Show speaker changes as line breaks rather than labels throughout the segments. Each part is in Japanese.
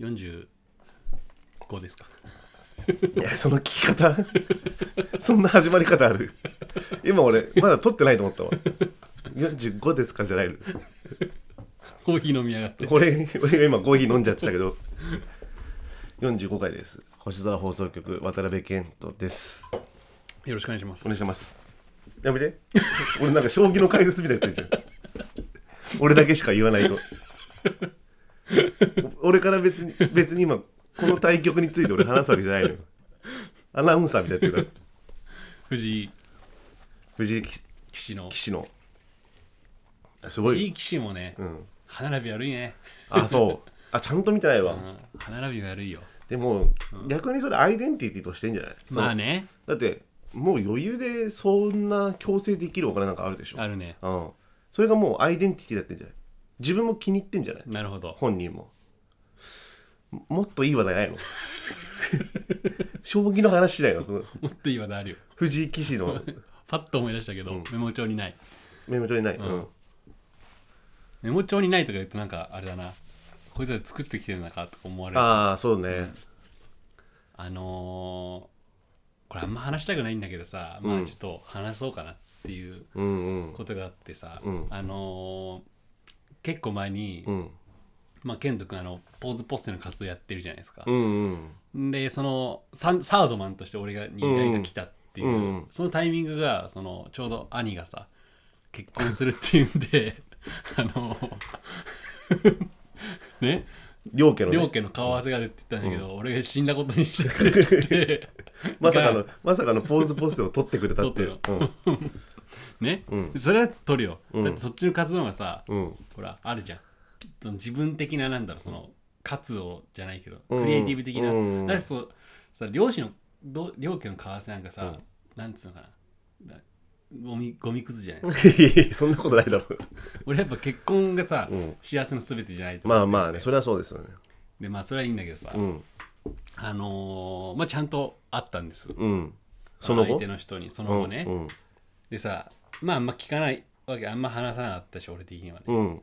45ですか
いやその聞き方 そんな始まり方ある今俺まだ撮ってないと思ったわ45ですかじゃないの
コーヒー飲みやがって
俺俺が今コーヒー飲んじゃってたけど45回です星空放送局渡辺健人です
よろしくお願いしま
お
す
願いしますやめて俺なんか将棋の解説みたいになってんじゃん俺だけしか言わないとお俺から別に別に今この対局について俺話すわけじゃないのよアナウンサーみたいになってるから
藤井
藤井棋
棋士の
棋士のすご
藤
い
井棋士もね、
ん
歯並び悪いね、
あそうあちゃんと見てないわ、
うん、歯並び悪いよ
でも、逆にそれアイデンティティとしてんじゃない
まあね
そうだってもう余裕でそんな強制できるお金なんかあるでしょ
あるね
うん、それがもうアイデンティティだってんじゃない自分も気に入ってんじゃない
なるほど
本人もももっといい話題 ないの将棋の話しないのその
もっといい話題あるよ
藤井棋士の
パッと思い出したけど、メモ帳にない
メモ帳にない、うん
メモ帳にないとか言うとなんかあれだなこいつら作ってきてるのかとか思われるあ
ああそうね、
のー、これあんま話したくないんだけどさ、まあちょっと話そうかなっていう
うんうん
ことがあってさ、
うん
あのー結構前に、
うん
まあ、ケント君あのポーズポステの活動やってるじゃないですか
う、ん
でそのサンサードマンとして俺がに依頼が来たっていう、
うんうん
そのタイミングがそのちょうど兄がさ結婚するっていうんで あのね
両家の、
両
ね、
家の顔合わせがあるって言ったんだけど、俺が死んだことにしてくれって言って
まさかのまさかのポーズポストを取ってくれたっていう
撮ね、
うん
それだと取るよ、
ん
だってそっちの活動がさ、
うん、うん、
ほらあるじゃんその自分的ななんだろうその活動じゃないけど
うん
クリエイティブ的な、
うん
だってそうさ漁師のど漁家の為替なんかさ、なんつうのかなだゴミゴミくずじゃない
そんな ことないだろう。
俺やっぱ結婚がさ、
うん
幸せの全てじゃないと
まあまあね、それはそうですよね。
でまあそれはいいんだけどさ、
うん。
あのーまあちゃんとあったんです
うん。その後
相手の人にその後ね、
うん。
でさまああんま聞かないわけあんま話さなかったし俺的にはね、
うん。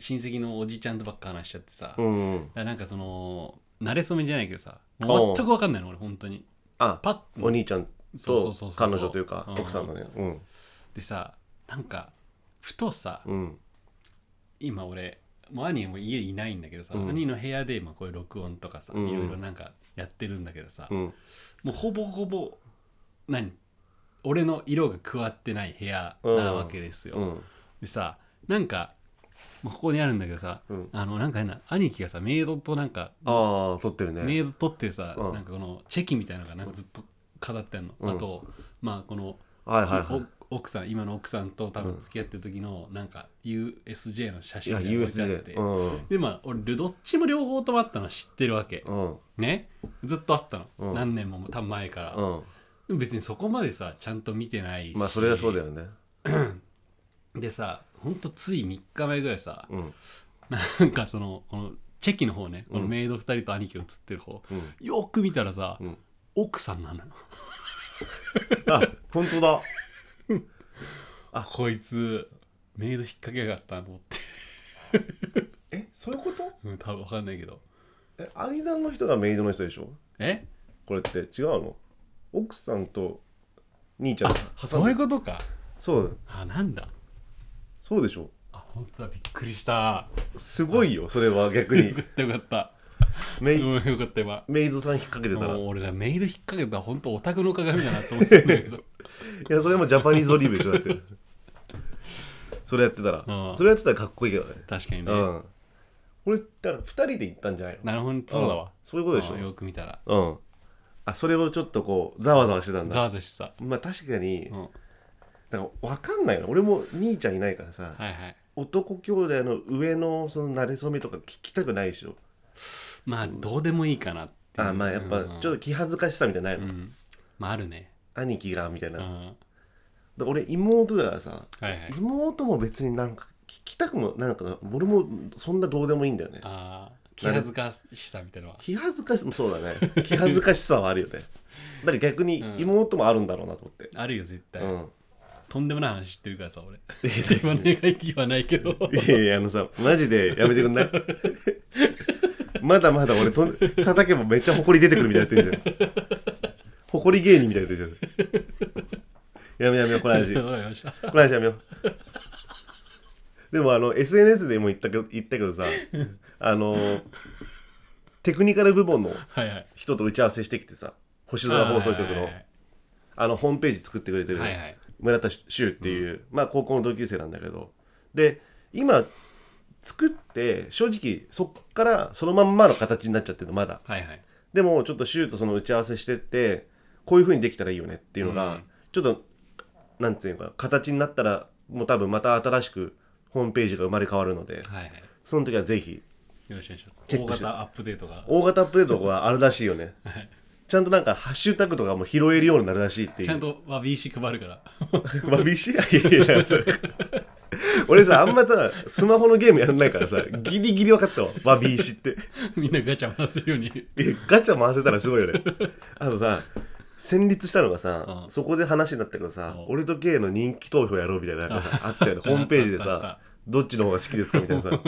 親戚のおじちゃんとばっか話しちゃってさ、
うん。うん
だからなんかその慣れ初めじゃないけどさ
お
も
う
う全く分かんないの俺本当に
あ、
パッ
お兄ちゃん
そうそ
と
うそうそう
彼女というか
う、ん
奥さんのね。うん。
でさなんかふとさ
うん。
今俺もう兄も家いないんだけどさ、
うん
兄の部屋で今こういう録音とかさ、
うん
いろいろなんかやってるんだけどさ、
うん。
もうほぼほぼ何俺の色が加わってない部屋なわけですよ、
うん。
でさなんかもうここにあるんだけどさ、
うん
あのなんか変な兄貴がさメイドとなんか
ああ、撮ってるね。
メイド取ってさ、
うん
なんかこのチェキみたいなのがなんかずっと飾ってあるの、
うん
あとまあこの、
はいはいは
お
い。
奥さん今の奥さんと多分付き合ってる時のなんか USJ の写
い
真
や、
みたいなのが置いてあっ
USJ
て。、
うん。
でまあ俺どっちも両方ともあったの知ってるわけ、
うん。
ねずっとあったの、
うん
何年も多分前から、
うん。
でも別にそこまでさちゃんと見てないし
まあ、それはそうだよね。
でさほんとつい3日前ぐらいさ、
うん。
なんかそのこのチェキの方ねこのメイド2人と兄貴が写ってる方、
う
よく見たらさ、
うん
奥さんなのよ
あ、本当だ。
あこいつメイド引っ掛けやがったなと思って
え、そういうこと
うん多分わかんないけど
え、間の人がメイドの人でしょ
え
これって違うの奥さんと兄ちゃん
あ
が挟ん
そうい
で
うことか
そう、
あなんだ
そうでしょ
あ本当だびっくりした
すごいよ、それは逆に
よ。かったよかった
メイ
うんよかった今
メイドさん引っ掛けてたら。
もう
い
俺らメイド引っ掛けたら本当オタクの鏡だなと思ってたんだけ ど
や、それもジャパニーズオリーブでしょ、だって。それやってたら。
うん
それやってたらかっこいいけどね。
確かにね、
うん。これ、だから2人で行ったんじゃないの
なるほどそうだ
うん
わ
そういうことでし
あ
ょ。
よく見たら
うん。あ、それをちょっとこう、ざわざわしてたん
ざ
だ。
わざわしてさ、
まあ確かに
う、ん、はい
なんか分かんないの。俺も兄ちゃんいないからさ、
はい
男兄弟の上のその馴れ初めとか聞きたくないでしょ。
まあどうでもいいかなっていう
あ、まあやっぱ
うん
ちょっと気恥ずかしさみたいなのないうの。
んまああるね
兄貴が、みたいな。
う
だか
ん
ら俺妹だからさ、
はいはい
妹も別になんか聞きたくもなんか俺もそんなどうでもいいんだよね
あー気恥ずかしさみたいなのは
気恥ずかしもそうだね気恥ずかしさはあ るよねだから逆に妹もあるんだろうなと思って
あるよ絶対、
う
とんでもない話知ってるからさ 俺 今の描きはないけど
んいやいやあのさマジでやめてくんないまだまだ俺と叩けばめっちゃ埃出てくるみたいにやってるじゃん埃芸人みたいにやってるじゃんやめやめようこの話こ
わかりました。
の話やめようでもあの SNS でも言ったけど言ったけどさあのテクニカル部門の
はいはい。
人と打ち合わせしてきてさ星空放送局の
はい
あのホームページ作ってくれてる
はいはい
村田修っていう、まあ高校の同級生なんだけどで今作って正直そっからそのまんまの形になっちゃってるのまだ
はいはい。
でもちょっと修とその打ち合わせしてってこういう風にできたらいいよねっていうのが、
うん
ちょっとなんていうのかな形になったらもう多分また新しくホームページが生まれ変わるの
は
で
いはい。
その時はぜひ
よろしくお願いします。
チェ
大
ックして
型アップデートが。
大型アップデートがあるらしいよね
はい
ちゃんとなんかハッシュタグとかも拾えるようになるらしいっていう
ちゃんとわび石配るから。
まあ、BC? いやいや、それ 俺さ、あんまさ、スマホのゲームやんないからさ、ギリギリ分かったわ、バビーシって。
みんなガチャ回せるように。
え、ガチャ回せたらすごいよね。 あとさ、戦慄したのがさ、
うん
そこで話になったけどさ
うん、
俺とゲイの人気投票やろうみたいな、なんかさあったよね、ホームページで
あったあっ
さ
た、
どっちの方が好きですかみたいなさ、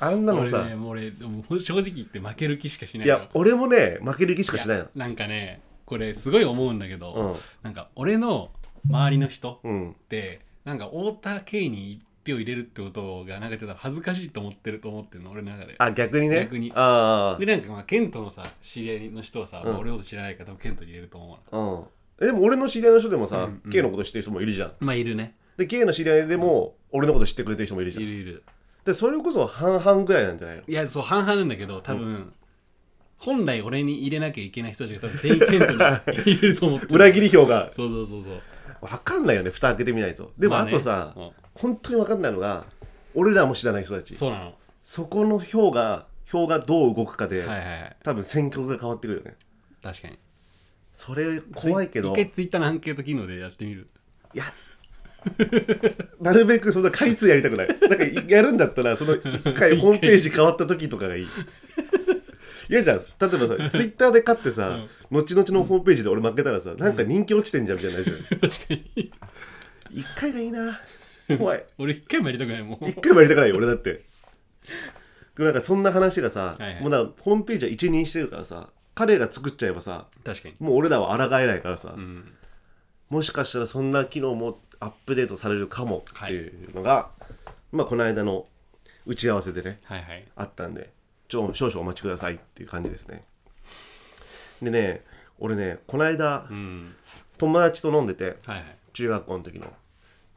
あんなの
俺
さ、
ね、もう俺、もう正直言って負ける気しかしないいよ
や、俺もね、負ける気しかしないの。
なんかね、これすごい思うんだけど、
うん
なんか俺の周りの人
うん。
って、なんか太田圭に一票入れるってことが、なんかちょっと恥ずかしいと思ってると思ってるの、俺の中で。
あ、逆にね。
逆に
あ
で、なんかまあ、ケントのさ、知り合いの人はさ、
うん
まあ俺のこと知らないから、多分ケントに入れると思うな。
あ、うん。えでも俺の知り合いの人でもさ
うんう、ん
ゲイのこと知ってる人もいるじゃん。
まあ、いるね。
で、ゲイの知り合いでも、俺のこと知ってくれてる人もいる
い
じゃん
る。いる。
でそれこそ半々ぐらいなんじゃないの
いや、そう、半々なんだけど、多分、本来俺に入れなきゃいけない人たちが多分全員ケントに入れると思ってる。
裏切り票が
そうそうそうそう。
分かんないよね蓋開けてみないとでも
ま
あ
ね
とさ、
うん
本当に分かんないのが俺らも知らない人たちそ
そうなの。
この票が票がどう動くかで、
はいはいはい。
多分選挙区が変わってくるよね
確かに。
それ怖いけど
ツイ一回ツイッターのアンケート機能でやってみる。
いやなるべくそんな回数やりたくないなんかやるんだっ たらその1回ホームページ変わった時とかがいい嫌じゃん例えばさツイッターで勝ってさ、後々のホームページで俺負けたらさなんか人気落ちてんじゃんみたいになるじゃん
確かに。
一回がいいな怖い
俺一回もやりたくないもん。
一回もやりたくないよ俺だってでもなんかそんな話が
は
さ、
いはい
もうなんかホームページは一任してるからさ彼が作っちゃえばさ
確かに。
もう俺らは抗えないからさ、
ん
もしかしたらそんな機能もアップデートされるかもっていうのが、まあこの間の打ち合わせでね
はいはい。
あったんでちょ少々お待ちくださいっていう感じですねでね俺ねこの間、
うん。
友達と飲んでて
はいはい。
中学校の時の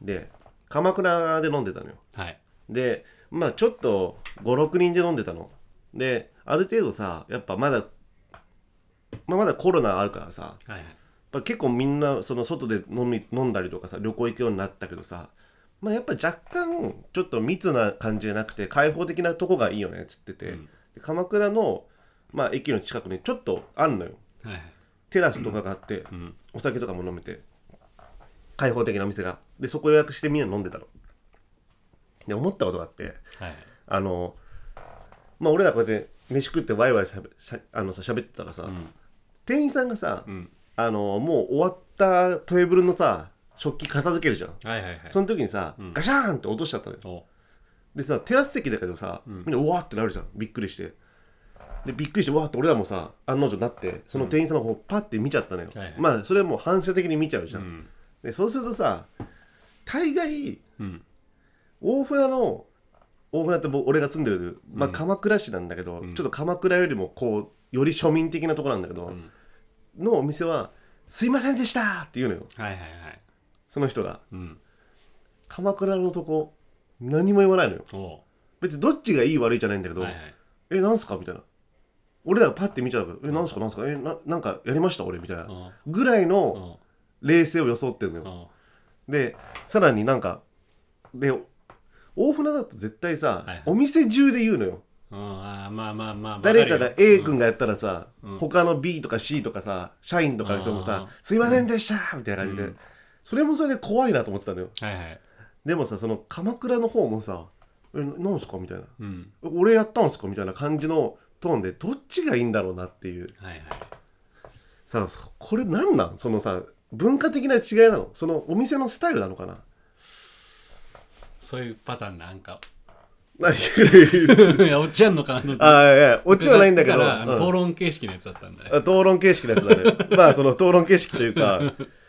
で鎌倉で飲んでたのよ
はい。
でまあちょっと56人で飲んでたのである程度さやっぱまだ、まあ、まだコロナあるから
は
さ
いはい。
やっぱ結構みんなその外で飲み飲んだりとかさ旅行行くようになったけどさまあやっぱ若干ちょっと密な感じじゃなくて開放的なとこがいいよねっつってて、で鎌倉の、まあ、駅の近くにちょっとあんのよ
はいはい。
テラスとかがあって、お酒とかも飲めて開放的なお店がでそこ予約してみんな飲んでたので思ったことがあって
はい
あのまあ俺らこうやって飯食ってワイワイしゃべしゃあのさ喋ってたらさ、店員さんがさ、あのもう終わったテーブルのさ食器片付けるじゃん
はいはいはい。
その時にさ、ガシャーンって落としちゃったのよ
お
でさテラス席だけどさ、みんなうわーってなるじゃんびっくりしてでびっくりしてうわーって俺らもさ案の定なってその店員さんの方パッて見ちゃったのよ、
はいはい
まあそれはもう反射的に見ちゃうじゃん、でそうするとさ大概、
ん
大船の大船って僕俺が住んでる、まあ、鎌倉市なんだけど、ちょっと鎌倉よりもこうより庶民的なとこなんだけど、のお店は「すいませんでした!」って言うのよ
はいはいはい。
その人が
うん。
鎌倉のとこ何も言わないのよ
お
別にどっちがいい悪いじゃないんだけど、
はいはい。
えなんすかみたいな俺らがパッて見ちゃうからえなんすかなんすかえななんかやりました俺みたいな
うん
ぐらいの
お
冷静を装ってるのよ
お
でさらになんかで大船だと絶対
は
さ、
いはい
お店中で言うのよ
うん。あーまあまあまあ。
誰かが
わるよ
A 君がやったらさ、他の B とか C とかさ社員とかの人
う
も
んうん
さ
うん
「すいませんでした!」みたいな感じで、それもそれで怖いなと思ってたのよ
はいはい。
でもさその鎌倉の方もさ「えななんすか?」みたいな
うん。
「俺やったんすか?」みたいな感じのトーンでどっちがいいんだろうなっていう
はいはい。
さそこれ何なんそのさ文化的な違いなの そのお店のスタイルなのかな
そういうパターンなんか
何がいい
いや落ちやんのかなと思って
ああいやいやオチはないんだけど
だからあの
うん
討論形式のやつだったんだね
討論形式のやつだねまあその討論形式というか、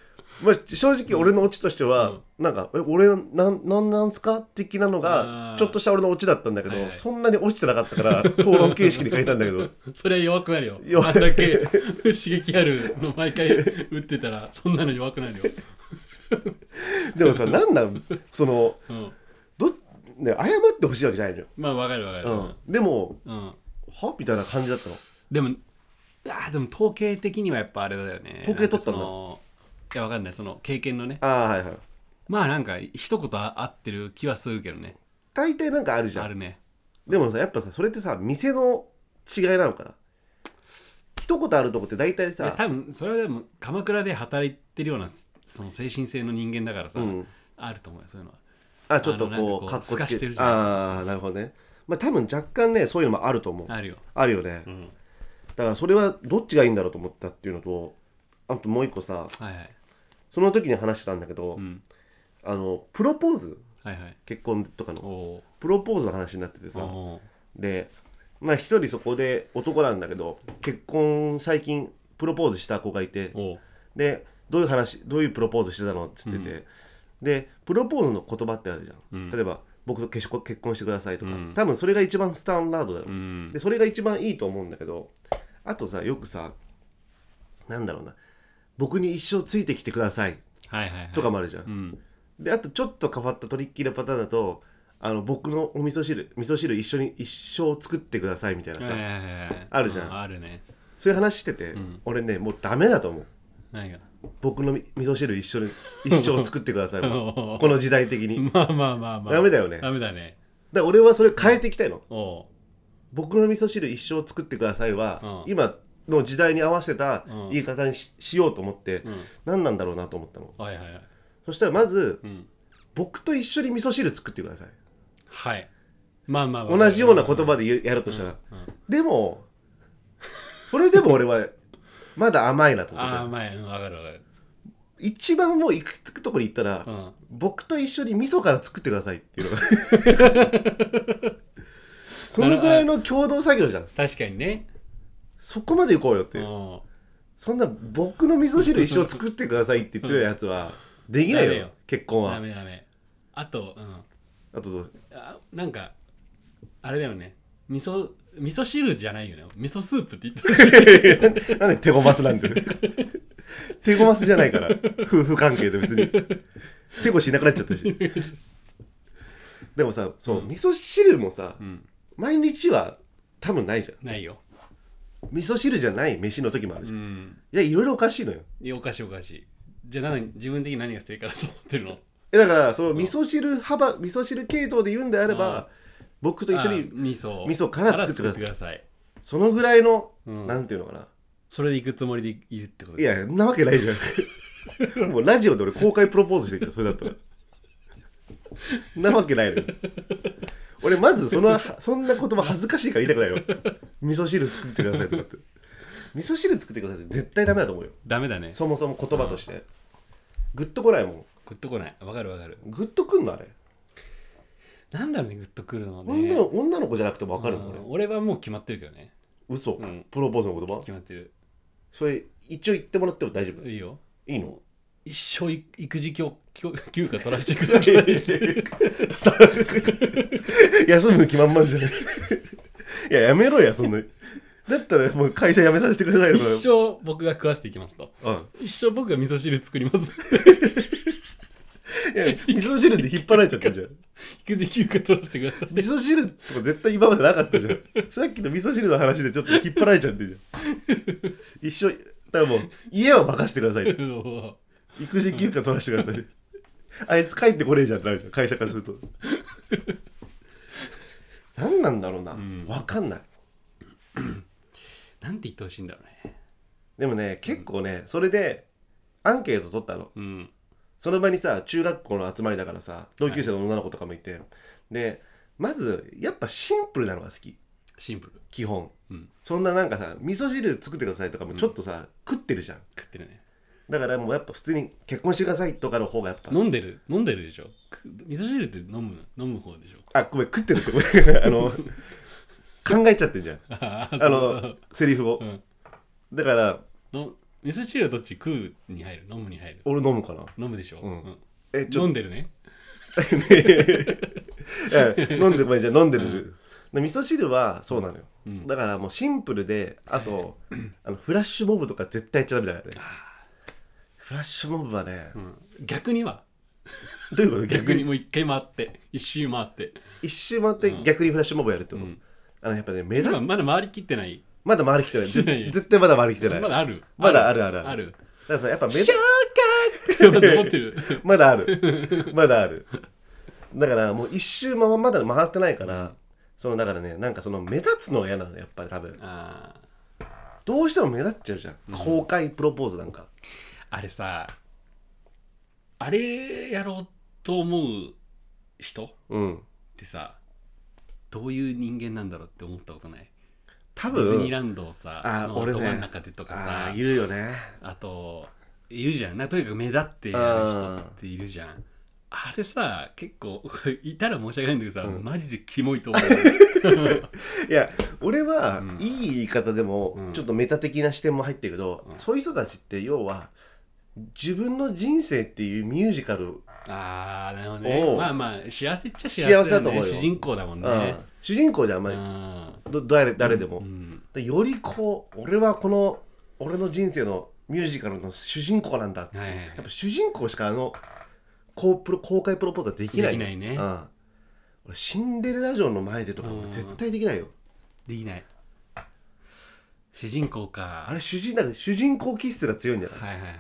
まあ、正直俺のオチとしては、なんか「え俺なんなんなんすか?」的なの
あ
が
ー
ちょっとした俺のオチだったんだけど、
はいはい
そんなに落ちてなかったから討論形式で書いたんだけど
それは弱くなるよ
弱い
あんだけ 刺激あるの毎回打ってたらそんなの弱くなるよ、
でもさなんなんその
うん、
ど、ね、謝ってほしいわけじゃないのよ、
まあわかるわかる、
うん、でも
うん
はみたいな感じだったの
でもあーでも統計的にはやっぱあれだよね
統計取ったん
な
だ
んかそのいやわかんないその経験のね
ああはいはい
まあなんか一言あ合ってる気はするけどね
大体なんかあるじゃ
あ
ん
るね
でもさやっぱさそれってさ店の違いなのかな一言あるとこって大体
いや
さ
多分それはでも鎌倉で働いてるようなその精神性の人間だからさ、
うん
あると思うよそういうのは
あちょっと
あのなんか
こ
こ
う
う
かっこつ
透か
け
してるじゃん
ああなるほどねまあ多分若干ねそういうのもあると思う
あるよ
あるよね、だからそれはどっちがいいんだろうと思ったっていうのとあともう一個さ
はいはい
その時に話してたんだけど、
ん
あのプロポーズ
はいはい
結婚とか
お
の
お
プロポーズの話になってて
ー
さ
おー
でまあ一人そこで男なんだけど結婚最近プロポーズした子がいて
おー
でどういう話どういうプロポーズしてたのっつってて、でプロポーズの言葉ってあるじゃん、例えば「僕と結婚結婚してください」とか、多分それが一番スタンダードだよ、
ん
でそれが一番いいと思うんだけどあとさよくさなんだろうな「僕に一生ついてきてください
はいはいはい」
とかもあるじゃん、
うん
であとちょっと変わったトリッキーなパターンだとあの僕のお味噌汁味噌汁一緒に一生作ってくださいみたいなさ、
はいはいはいはい
あるじゃん
うあるね
そういう話してて、俺ねもうダメだと思う
何が
僕のみ味噌汁 一緒に一生作ってください
お
この時代的に
まあまあまあまあ
ダメだよねだ
ダ
か
メだね
ら俺はそれ変えていきたいの
おお
僕の味噌汁一生作ってくださいは、
うん
今の時代に合わせた
うん
言い方にし,、ようと思って、何なんだろうなと思ったの
ーはいはいはい
そしたらまず、
ん
僕と一緒に味噌汁作ってください
はいまあまあまあ
同じような言葉で言うやるとしたら、でもそれでも俺はまだ甘いなと思って
ああ
た
まあうんわかるわかる
一番もう行き着くところに行ったら、
うん
僕と一緒に味噌から作ってくださいっていうのが そのぐらいの共同作業じゃん
確かにね
そこまで行こうよって
お
いう
お
そんな僕の味噌汁一生作ってくださいって言ってるやつはできないよ
ダメよ
結婚
ダ
は
メダメあとうん
あとどう
あなんかあれだよね味噌味噌汁じゃないよね味噌スープって言ってる
なんで手ごますなんで手ごますじゃないから夫婦関係で別に手越しいなくなっちゃったしでもさそう、味噌汁もさ、毎日は多分ないじゃん
ないよ
味噌汁じゃない飯の時もあるじゃん、
う
い
ん
やいろいろおかしいのよ
いやおかしいおかしいじゃあ何自分的に何が正解だと思ってるの
えだからその味噌汁幅味噌汁系統で言うんであれば僕と一緒
あ
に
味噌
味噌から作ってください
から作さい
そのぐらいの、
うん
なんていうのかな
それで行くつもりでいるってこと
い
です
やんなわけないじゃん もうラジオで俺公開プロポーズしてきたそれだったらんなわけないのよ俺まずそのそんな言葉恥ずかしいから言いたくないよ味噌汁作ってくださいとかって味噌汁作ってくださいって絶対ダメだと思うよ
ダメだね
そもそも言葉としてグッとこないもん
グッとこないわかるわかる
グッとくんのあれ
なんだろうねグッとくるのはね
女の女の子じゃなくても分かるもん
う
俺
ん俺はもう決まってるけどね
嘘、
ん
プロポーズの言葉
決まってる
それ一応言ってもらっても大丈夫
いいよ
いいの
一生い育児休休休暇取らせてくだ さい
さ 休む気満々じゃないいややめろやそんなだったらもう会社辞めさせてくださいとか
一生僕が食わせていきますと
うん
一生僕が味噌汁作ります
いや味噌汁で引っ張られちゃったじゃん
育児休暇取らせてください
味噌汁とか絶対今までなかったじゃんさっきの味噌汁の話でちょっと引っ張られちゃってるじゃん一緒だからもう家は任せてください
お
育児休暇取らせてくださいあいつ帰ってこれじゃんってなるじゃん会社からす ると何なんだろうな、わ分かんない
なんて言ってほしいんだろうね
でもね結構ねそれでアンケート取ったの
うん
その場にさ中学校の集まりだからさ同級生の女の子とかもいて、でまずやっぱシンプルなのが好き
シンプル
基本、
うん
そんななんかさ味噌汁作ってくださいとかもちょっとさ、食ってるじゃん
食ってるね
だからもうやっぱ普通に結婚してくださいとかの方がやっぱ
飲んでる飲んでるでしょく味噌汁って飲む飲む方でしょ
あごめん食ってるごめん あの考えちゃってんじゃん
あ
あ のセリフを、
ん
だから
の味噌汁はどっち食うに入る飲むに入る
俺飲むかな
飲むでしょ、
ん
うん
えちょ
飲
っ
んでるね
と飲んでまあじゃあ飲んでる、で味噌汁はそうなのよ、だからもうシンプルであと、あのフラッシュモブとか絶対やっちゃダメだからねフラッシュモブはね、
逆には
どういうこと
逆
逆
に
に
もう一回回って一周回って
一周回って逆にフラッシュモブやるってこと、あのやっぱね目立
今まだ回りきってない
まだ回りきてないぜ
いやいや
絶対まだ回りきてない
まだある
まだあるある
ある
だからさやっぱ目
ある
立
ショーカーって思って る
まだあ るまだあるだからもう一周ままだ回ってないから、そのだからねなんかその目立つのが嫌なのやっぱり多分
あー
どうしても目立っちゃうじゃん、公開プロポーズなんか
あれさあれやろうと思う人っ
うん
てさどういう人間なんだろうって思ったことない
多
ディズニー
分
ランドをさ
あ
の
俺ね
ど真ん中でとか
あ
さ
あいるよね
あといるじゃんなとにかく目立ってやる人っているじゃんあれさ結構 いたら申し訳ないんだけどさ、マジでキモいと思う
いや俺は、いい言い方でも、ちょっとメタ的な視点も入ってるけど、そういう人たちって要は自分の人生っていうミュージカル
ああなるほどね
おう
まあまあ幸せっちゃ幸せ,、
幸せだと思うよ
主人公だもん
うん
ね
主人公じゃんま
う
り
ん
ど誰誰でも、
うん
でよりこう俺はこの俺の人生のミュージカルの主人公なんだって、
はいはいはい
やっぱ主人公しかあのこうプロ公開プロポーズはできな
で
い
きないね
うん、俺シンデレラ城の前でとかも絶対できないよ、
できない主人公か
あれ主人なんか主人公気質が強いんじゃない、
はいはいはい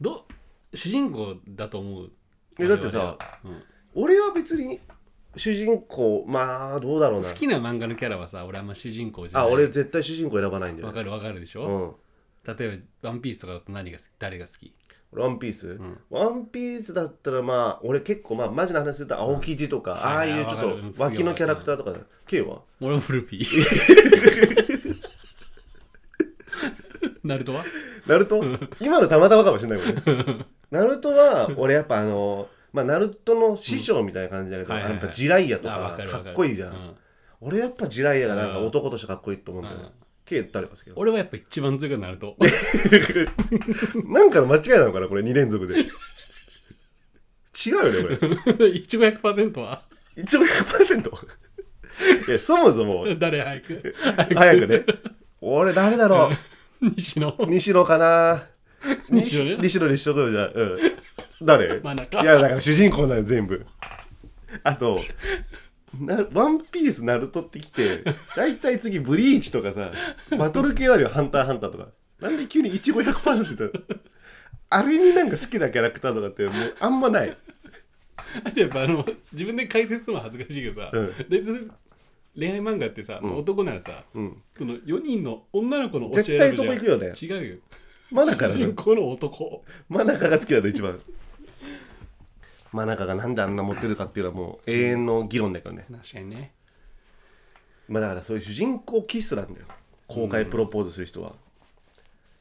ど主人公だと思う
えだってさ
我々は
俺は別に主人公まあどうだろ
う
う
ん
な
好きな漫画のキャラはさ俺あんま主人公じゃな
あ
い
俺絶対主人公選ばないんだよ
わ
ね、
かるわかるでし
う
ょ、
ん
例えば「ワンピースとかだと何が好き誰が好き
ワンピース、ワンピースだったらまあ俺結構まあマジな話すると青生地とか、ああいうち
わ
ょっ
かる
と脇のキャラクターとか、K は
俺もルピー ナルトは
ナルト 今のたまたまかもしれないけどねナルトは俺やっぱあのまあナルトの師匠みたいな感じだけど、
うんはいはいはい
あのやっぱジライヤと
あわ
か
かるわ
か
かる
っこいいじゃん、
うん
俺やっぱジライヤがなんか
うん
男としてかっこいいと思うんだよ
うん
ね、K 誰が好きよ
俺はやっぱ一番強いのはナルト
なんかの間違いなのかなこれ2連続で違うよねこれ
一番100%は
一応100%いやそもそも
誰早く
早くね俺誰だろう
西野
西野かな
西野
西
ね
西野にしとこうよじゃあうん誰
真ん中
いやだから主人公なの全部あとな「ワンピースナルトってきて大体次ブリーチとかさバトル系なのよ「ハンターハンター」とかなんで急に一五百パーセントあれになんか好きなキャラクターとかってもうあんまない
あとやっぱあの自分で解説するのは恥ずかしいけどさ、
うん
でそれ恋愛漫画ってさ、男ならさ、
ん
その4人の女の子の
絶対そこ行くよ
ね
ね
違うよ
マナカ
主
なのよ
人公の男
真中が好きなんだ一番真中がなんであんな持ってるかっていうのはもう永遠の議論だけどね
確かにね
まあだからそういう主人公キスなんだよ公開プロポーズする人は、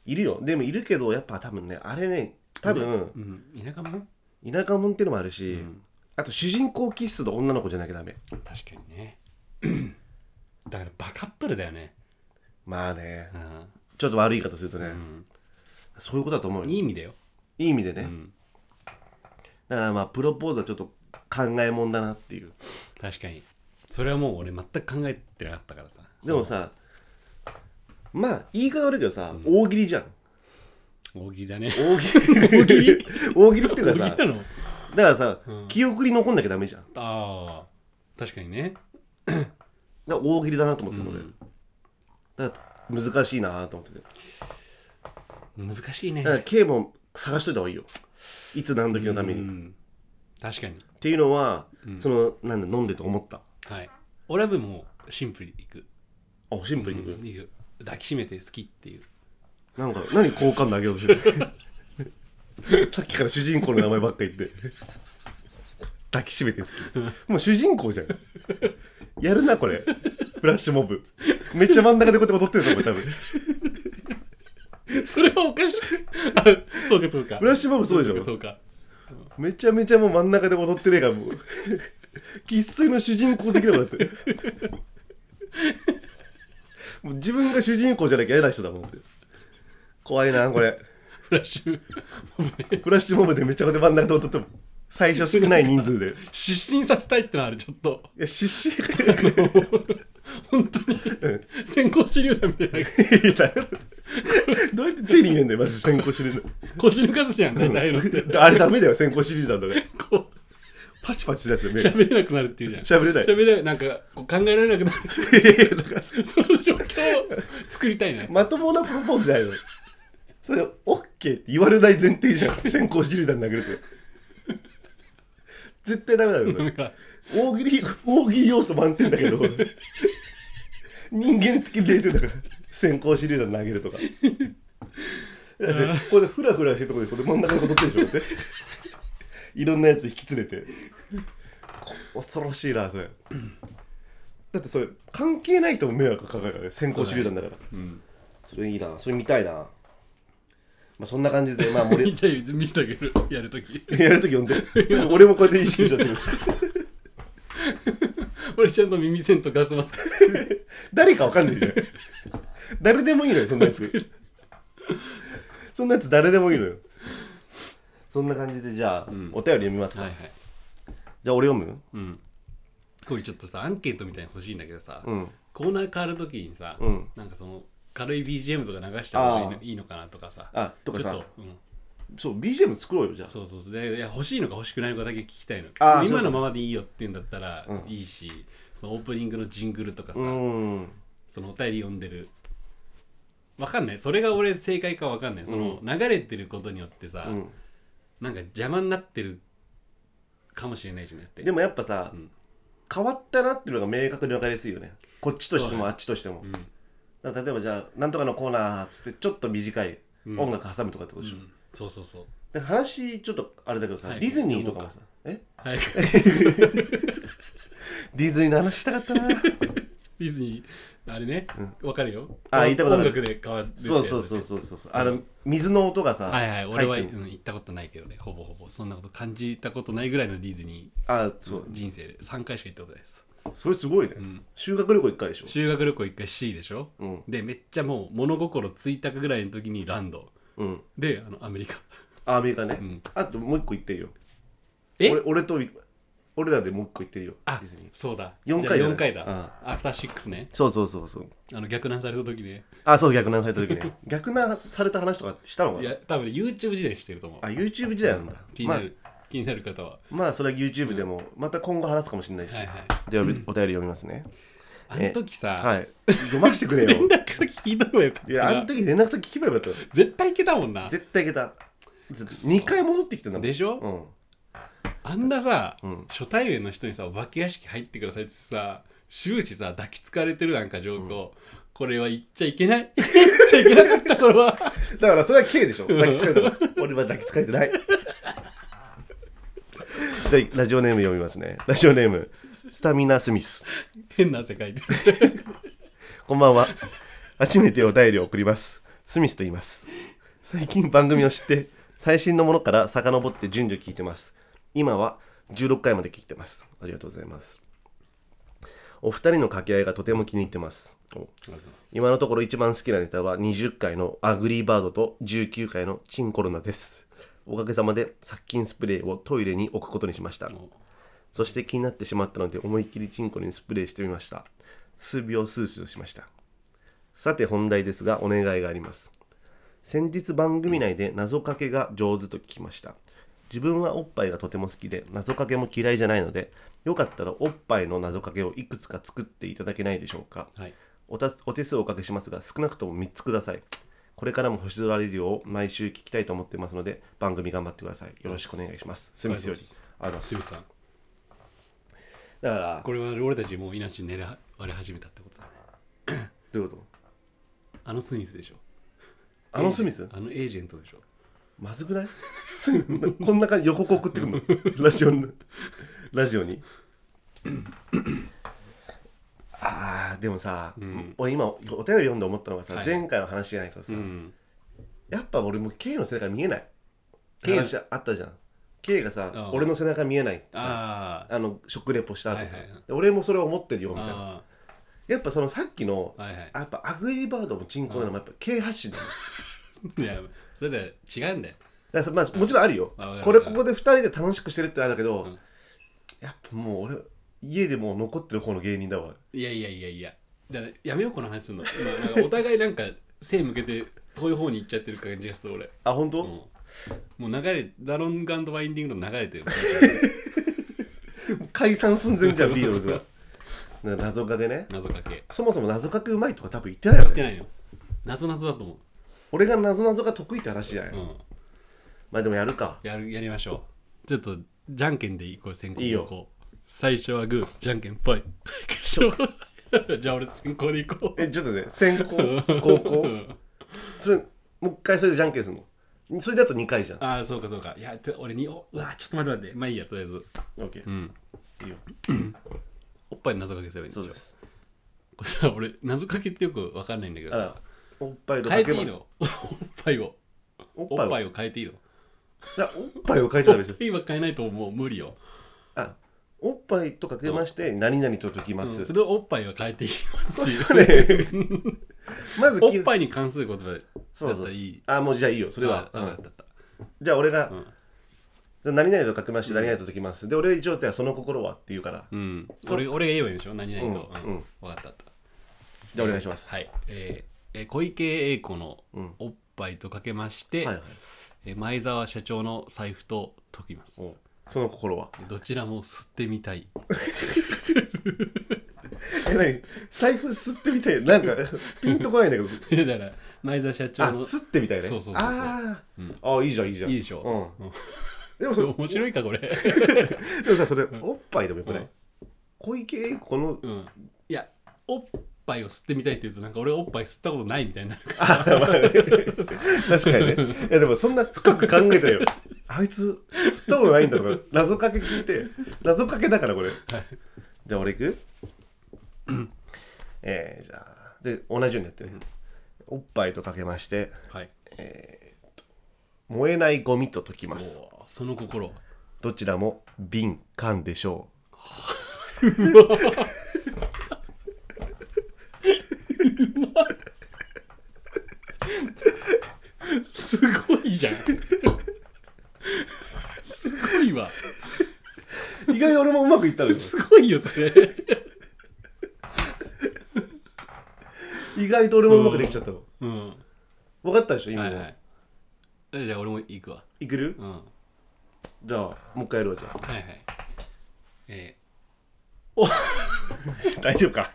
いるよでもいるけどやっぱ多分ねあれね多
う
分
ん田舎も
田舎もんっていうのもあるし、あと主人公キスの女の子じゃなきゃダメ
確かにね だからバカップルだよね、
まあね
うん
ちょっと悪い言い方するとね、そういうことだと思うよ
いい意味だよ
いい意味でね、だからまあプロポーズはちょっと考えもんだなっていう
確かにそれはもう俺全く考えてなかったからさ
でもさまあ言い方悪いけどさ、大喜利じゃん
大喜利だね
大喜利
大喜利
大喜利っていう
大喜
か
利
さ
なの
だからさ、記憶に残んなきゃダメじゃん
ああ確かにね
だから大喜利だなと思ってる、俺だから難しいなと思ってて
難しいね
だから K も探しといた方がいいよいつ何時のために、
う
っ
ん確かに
ていうのは、そのなんだ飲んでと思った
はい俺はもうシンプルにいく
あシンプルに、
いく抱きしめて好きっていう
なんか何好感度上げようとしてる さっきから主人公の名前ばっか言って抱きしめて好きもう主人公じゃんやるなこれフラッシュモブめっちゃ真ん中でこうやって踊ってると思う多分
それはおかしいあそうか そうか
フラッシュモブそうでし
そ
ょ
うか
めちゃめちゃもう真ん中で踊ってねえか らもう生粋の主人公的だもんだってもう自分が主人公じゃなきゃ嫌な人だもんって怖いなこれ
フラッシュモブね
フラッシュモブでめちゃめちゃ真ん中で踊っても最初少ない人数でい
失神させたいってのはあるちょっと
や失
本
神
当に先行手榴弾みたいない
やどうやって手に入れんだよまず先行シリー
腰抜かすじゃん大体のって
ズあれダメだよ先行シリーズなんだから
こう
パチパチですよね
喋れなくなるっていうじゃん
喋れ ない
喋れないなんかこう考えられなくなる
いやだから
その状況を作りたいね
まともなプロポーズじゃないのそれオッケーって言われない前提じゃん先行手榴弾投げるって絶対ダメだよそ
なん
れ
か
大喜利大喜利要素満点だけど人間的0点だから先行手榴弾投げるとかだってここでフラフラしてるとこでこれ真ん中に踊ってるでしょこうやっていろんなやつ引き連れてこ恐ろしいなそれだってそれ関係ない人も迷惑かかるからね先行手榴弾だから
うん
それいいなそれ見たいなまあそんな感じでまあ盛
見
り
たい見せてあげるやるとき
やるとき呼んで俺もこうやって意識しちゃってる
俺ちゃんと耳栓とガスマ スク
誰かわかんない じゃん誰でもいいのよそんなやつ そんなやつ誰でもいいのよそんな感じでじゃあ、お便り読みますか、
はいはい
じゃあ俺読む
うんこれちょっとさアンケートみたいに欲しいんだけどさ、
うん
コーナー変わるときにさ、
うん
なんかその軽い BGM とか流した方がいいのいいのかなとかさ
あとかさ
ちょっと、うん、
そう BGM 作ろうよじゃあ
そうそうそうでいや欲しいのか欲しくないのかだけ聞きたいの
あー
今
そうだ
の
ね
ままでいいよって言うんだったらいいし、そのオープニングのジングルとかさ、
うん
そのお便り読んでるわかんないそれが俺正解かわかんないその流れてることによってさ、
ん
なんか邪魔になってるかもしれないじゃなくて
でもやっぱさ、
ん
変わったなっていうのが明確に分かりやすいよねこっちとして
そう
もあっちとしても、だから例えばじゃあなんとかのコーナーっつってちょっと短い音楽挟むとかってことでしょ、
うんそうそうそう
で話ちょっとあれだけどさ、
はい
ディズニーとかもさえ
はい
ディズニーの話したかったな
ディズニーあれねわ、かるよ
あー言ったことあ
音
る
楽で変わるってやつね
そうそうそうそうそうそうあの水の音がさ、
はいはい俺は、
入
う
ってんの
ん、行ったことないけどねほぼほぼそんなこと感じたことないぐらいのディズニ
あそ
ー
う
人生で3回しか行ったことないです
それすごいね、修学旅行一回でしょ
修学旅行1回 C でしょ、
ん
でめっちゃもう物心ついたぐらいの時にランド
うん
であのアメリカ
あアメリカね、
ん
あともう一個行ってるよ
え
俺俺と俺らでもう一個行ってるよデ
あ
ィズニー
そうだ
四回だね
じゃあ四回だ、
う
アフターシックスね
そうそうそうそう
あの逆ナンされた時ね
あそう逆ナンされた 時ね逆ナンされた話とかしたのか
い
な
や多分 YouTube 時代にしてると思う
あ YouTube 時代なんだ、
気に
まあ
なる、気になる方は
まあそれは YouTube でも、また今後話すかもしれないし、
はいはい
でお便り読みますね、
あの時さ、
はい読ましてくれ
連
よ
絡先聞いた方がよかった
いやあの
な
時連絡先聞けばよかったよ
絶対いけたもんな
絶対いけた2回戻ってきてんだもん
でしょ
うん
あんなさ、初対面の人にさお化け屋敷入ってくださいってさ終始さ抱きつかれてるなんか状況、これは言っちゃいけない 言っちゃいけなかったこれは
だからそれは K でしょ抱きつかれたから俺は抱きつかれてないじゃあラジオネーム読みますねラジオネームスタミナスミス
変な世界で
こんばんは初めてお便りを送りますスミスと言います最近番組を知って最新のものから遡って順序聞いてます今は16回まで聞いてますありがとうございますお二人の掛け合いがとても気に入ってますお今のところ一番好きなネタは20回のアグリーバードと19回のチンコロナですおかげさまで殺菌スプレーをトイレに置くことにしましたそして気になってしまったので思いっきりチンコにスプレーしてみました数秒スースーしましたさて本題ですがお願いがあります先日番組内で謎かけが上手と聞きました自分はおっぱいがとても好きで謎かけも嫌いじゃないのでよかったらおっぱいの謎かけをいくつか作っていただけないでしょうか
はい
おたすお手数をおかけしますが少なくとも3つくださいこれからも星空レディオを毎週聞きたいと思ってますので番組頑張ってくださいよろしくお願いしますすみませんよりありがとうございます
すみさん
だから
これは俺たちもう命狙われ始めたってことだね
どういうこと
あのスミスでしょ
あのスミス
あのエージェントでしょ
まずくない スミスこんな感じ予告送ってくるのラジオにラジオに あーでもさ、俺今お便り読んで思ったのがさ、前回の話じゃないけどさ、
うん
やっぱ俺も K の背中見えない
ケイ
話あったじゃん K が
う
さ
ん
俺の背中見えないってさ
あ
あの食レポした後さ、
はいはいはい
で俺もそれを思ってるよみたいな
あ
やっぱそのさっきの
あはいはい
やっぱアグリーバードもチンコなのもやっぱ軽発信だよ
いやそれで違うんだよ
だからさまあもちろんあるよ、
まあわかる
これここで2人で楽しくしてるってあるんだけど、
うん
やっぱもう俺家でもう残ってる方の芸人だわ
いやいやいやいやだからやめようこの話すんの今なんかお互いなんか背向けて遠い方に行っちゃってる感じがする俺
あ本当、
もうもう流れザロンガンドワインディングの流れてる
解散寸前じゃんビートル ズがだから謎かけね
謎かけ
そもそも謎かけうまいとか多分言ってないよ
言って
ね
ないの謎謎だと思う
俺が謎謎が得意って話じゃない、
うん
まあでもやるか
やるやりましょうちょっとじゃんけんでいこう先行
いいよ
行こう最初はグーじゃんけんぽい じゃあ俺先行でいこ
えちょっとね先 行高校それもう一回それでじゃんけんするのそれだと2回じゃん
うああそうかそうかいやて俺におうわちょっと待って待ってまあいいやとりあえず
OK、
ん
いいよ
おっぱいに謎かけすればいいん
そう
で
ですす
これさ俺謎かけってよくわかんないんだけど
あおっぱいとか
変え
け
てい
ば
いのおっぱいを
おっ
お
ぱい
っ
を
ぱいを変えていいの
いやおっぱいを書いて
お
たでしょ
っぱいは変えないともう無理よ、
あおっぱいとかけまして何々と解きま
うん
す、
それをおっぱいは変えていいのっていう
それまず
お
き
っぱいに関する言葉で
そう
だった
そう
らいい
あもうじゃあいいよそれは、
あ
うん
わかったわかっ
じゃあ俺が、
ん
じゃあ何々と書きまして何々と解きます、で俺状態はその心はって言うから、
たうん俺俺が言えばいいんでしょ何々と、
う
うんん
うん
わかったわかっ
じゃあお願いします、
たはいえーえー小池栄子の
うん
おっぱいとかけまして、
はいはい
えー前澤社長の財布と解きます
うんその心は
どちらも吸ってみたい
え何財布吸ってみたいなんかピンとこないんだけど
だから前澤社長
あ
の
吸ってみたいね
そうそうそうそう
あー、あいいじゃんいいじゃん
いいでしょ
う ん、
うん
でもそれ
面白いかこれ
でもさそれおっぱいでもよくない、
うん
小池栄子の
うんいやおっぱいを吸ってみたいって言うとなんか俺おっぱい吸ったことないみたいになるから
あまあね確かにね。いやでもそんな深く考えたよ。あいつ、吸ったことないんだとか、謎かけ聞いて、謎かけだからこれ。じゃあ俺行くえー、じゃあ、で、同じようにやってね。おっぱいとかけまして、
はい
燃えないゴミと解きます。
おーその心
どちらも敏感でしょう。
すごいじゃんすごいわ
意外に俺もうまくいったのよ。
すごいよそれ
意外と俺もうまくできちゃったの。
うん
分かったでしょ今
は
の。
いはいえじゃあ俺も行くわ
いける
うんは
じゃあ、もう一回やるわ、じゃあ。
いはいえ
大丈夫か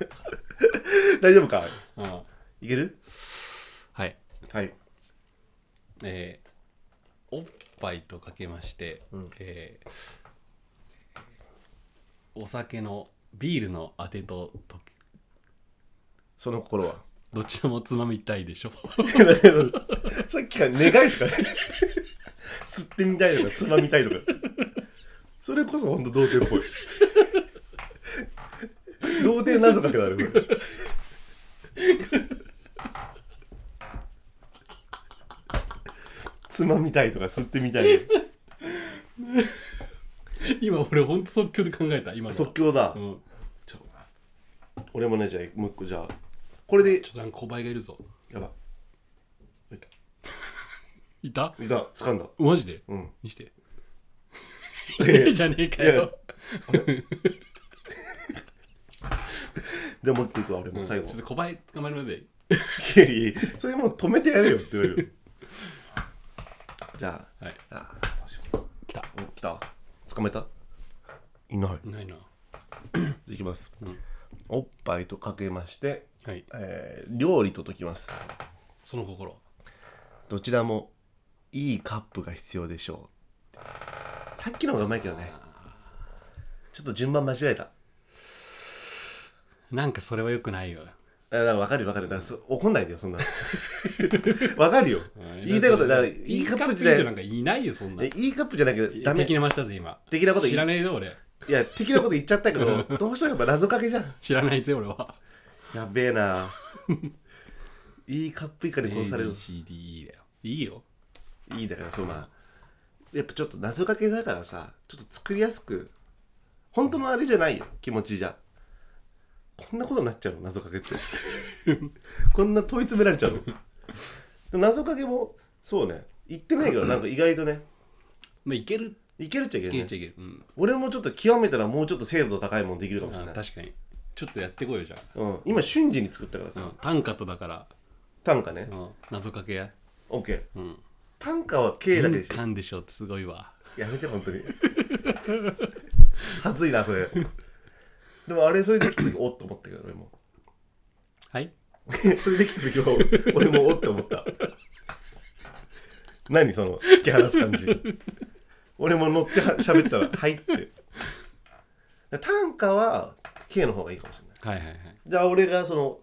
大丈夫か
ー、うん
いける
はい
はい。
えー、おっぱいとかけまして、えーお酒のビールのあてとと
その心は
どちらもつまみたいでしょ
さっきから願いしかない吸ってみたいとかつまみたいとかそれこそほんと童貞っぽい童貞謎かけだねこれつまみたいとか吸ってみたい
今俺ほんと即興で考えた今の
即興だ、
うん、
ちょ俺もねじゃあもう一個じゃあこれで
ちょっとなんか小林がいるぞ
やばいい
いた
たいた掴んだ
マジで、
うん
見して
いやい や
じゃねえかよ
で持っていくわ俺も最後、
ちょっと小林捕まえるまで
いやいやそれもう止めてやれよって言われるよじゃあ、
はい
あーどうしよう
来た
お来た捕まえたいない
ないない
きます、おっぱいとかけまして、
はい
えー料理と解きます
その心
どちらもいいカップが必要でしょうさっきの方がうまいけどねちょっと順番間違えた
なんかそれはよくないよ
あだから分かる分かるだからそ怒んないでよそん な分かるよ言いたいことだからいいカップ
いい
じ
カ
ゃ
ップ
な
ないんかいないよそんない
いカップじゃないけどダメ
敵なましたぜ今
的なこと言い
知らねえぞ俺
いや、的なこと言っちゃったけど、どうしてもやっぱ謎かけじゃん。
知らないぜ俺は
やべえな。いいカップ以下で殺される。
ABCDE だよいいよ
いいだからそうまあやっぱちょっと謎かけだからさちょっと作りやすく本当のあれじゃないよ気持ちじゃこんなことになっちゃうの謎 かけってこんな問い詰められちゃうの謎かけもそうね言ってないけどなんか意外とね
まあいける
いけるっちゃいけ
いけ
る
る
ね
っちゃいける、うん
俺もちょっと極めたらもうちょっと精度高いもんできるかもしれ
あ
ない、
確かにちょっとやってこいよじゃ
うん、今瞬時に作ったから
あ、う
さ
ん、短歌とだから、
短歌ね
うん、謎かけや
OK、
ん
短歌は K だけ
敏
でし
感でしょってすごいわ
やめて本当に 恥ずいなそれでもあれそれできた時おっと思ったけど俺も
はい
それできた時は俺もおっと思った 何その突き放す感じ俺も乗っては喋ったら「はい」って短歌は K の方がいいかもしれない
はいはいはい
じゃあ俺がその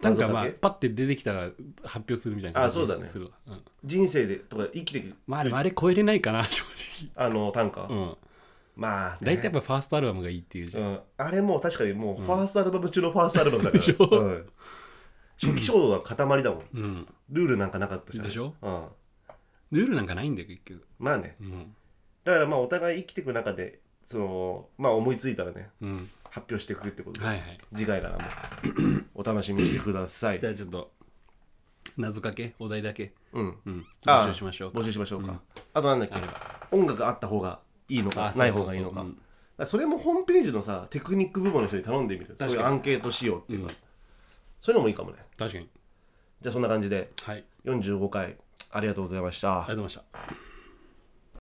短歌はまあ
謎かけ
パッて出てきたら発表するみたいな感じ
あそうだね
するわ、うん、
人生でとか生きていく
まあでもあれ超えれないかな 正
あの短歌、
直うん
まあ、ね、
大体やっぱファーストアルバムがいいっていうじゃん、
うん、あれもう確かにもうファーストアルバム中のファーストアルバムだから、
でしょ
うん、初期衝動の塊だもん
うん、
ルールなんかなかったし
でしょ、
うん、
ルールなんかないんだよ結局
まあね
うん
だからまあお互い生きていく中でそのまあ思いついたらね
うん
発表してくるってことで、
はいはい
次 回からもお楽しみにしてください
じゃあちょっと謎かけお題だけ
うん
うん
ああ
募集しましょう
募集しましょうか、あとなんだっけ音楽あった方がいいの
あ
か
そうそうそう
ない方がいいのか
うん
だからそれもホームページのさテクニック部門の人に頼んでみるそういうアンケートしようっていうか、そういうのもいいかもね
確かに
じゃあそんな感じで
はいあり
45回ありがとうございました
がとうございました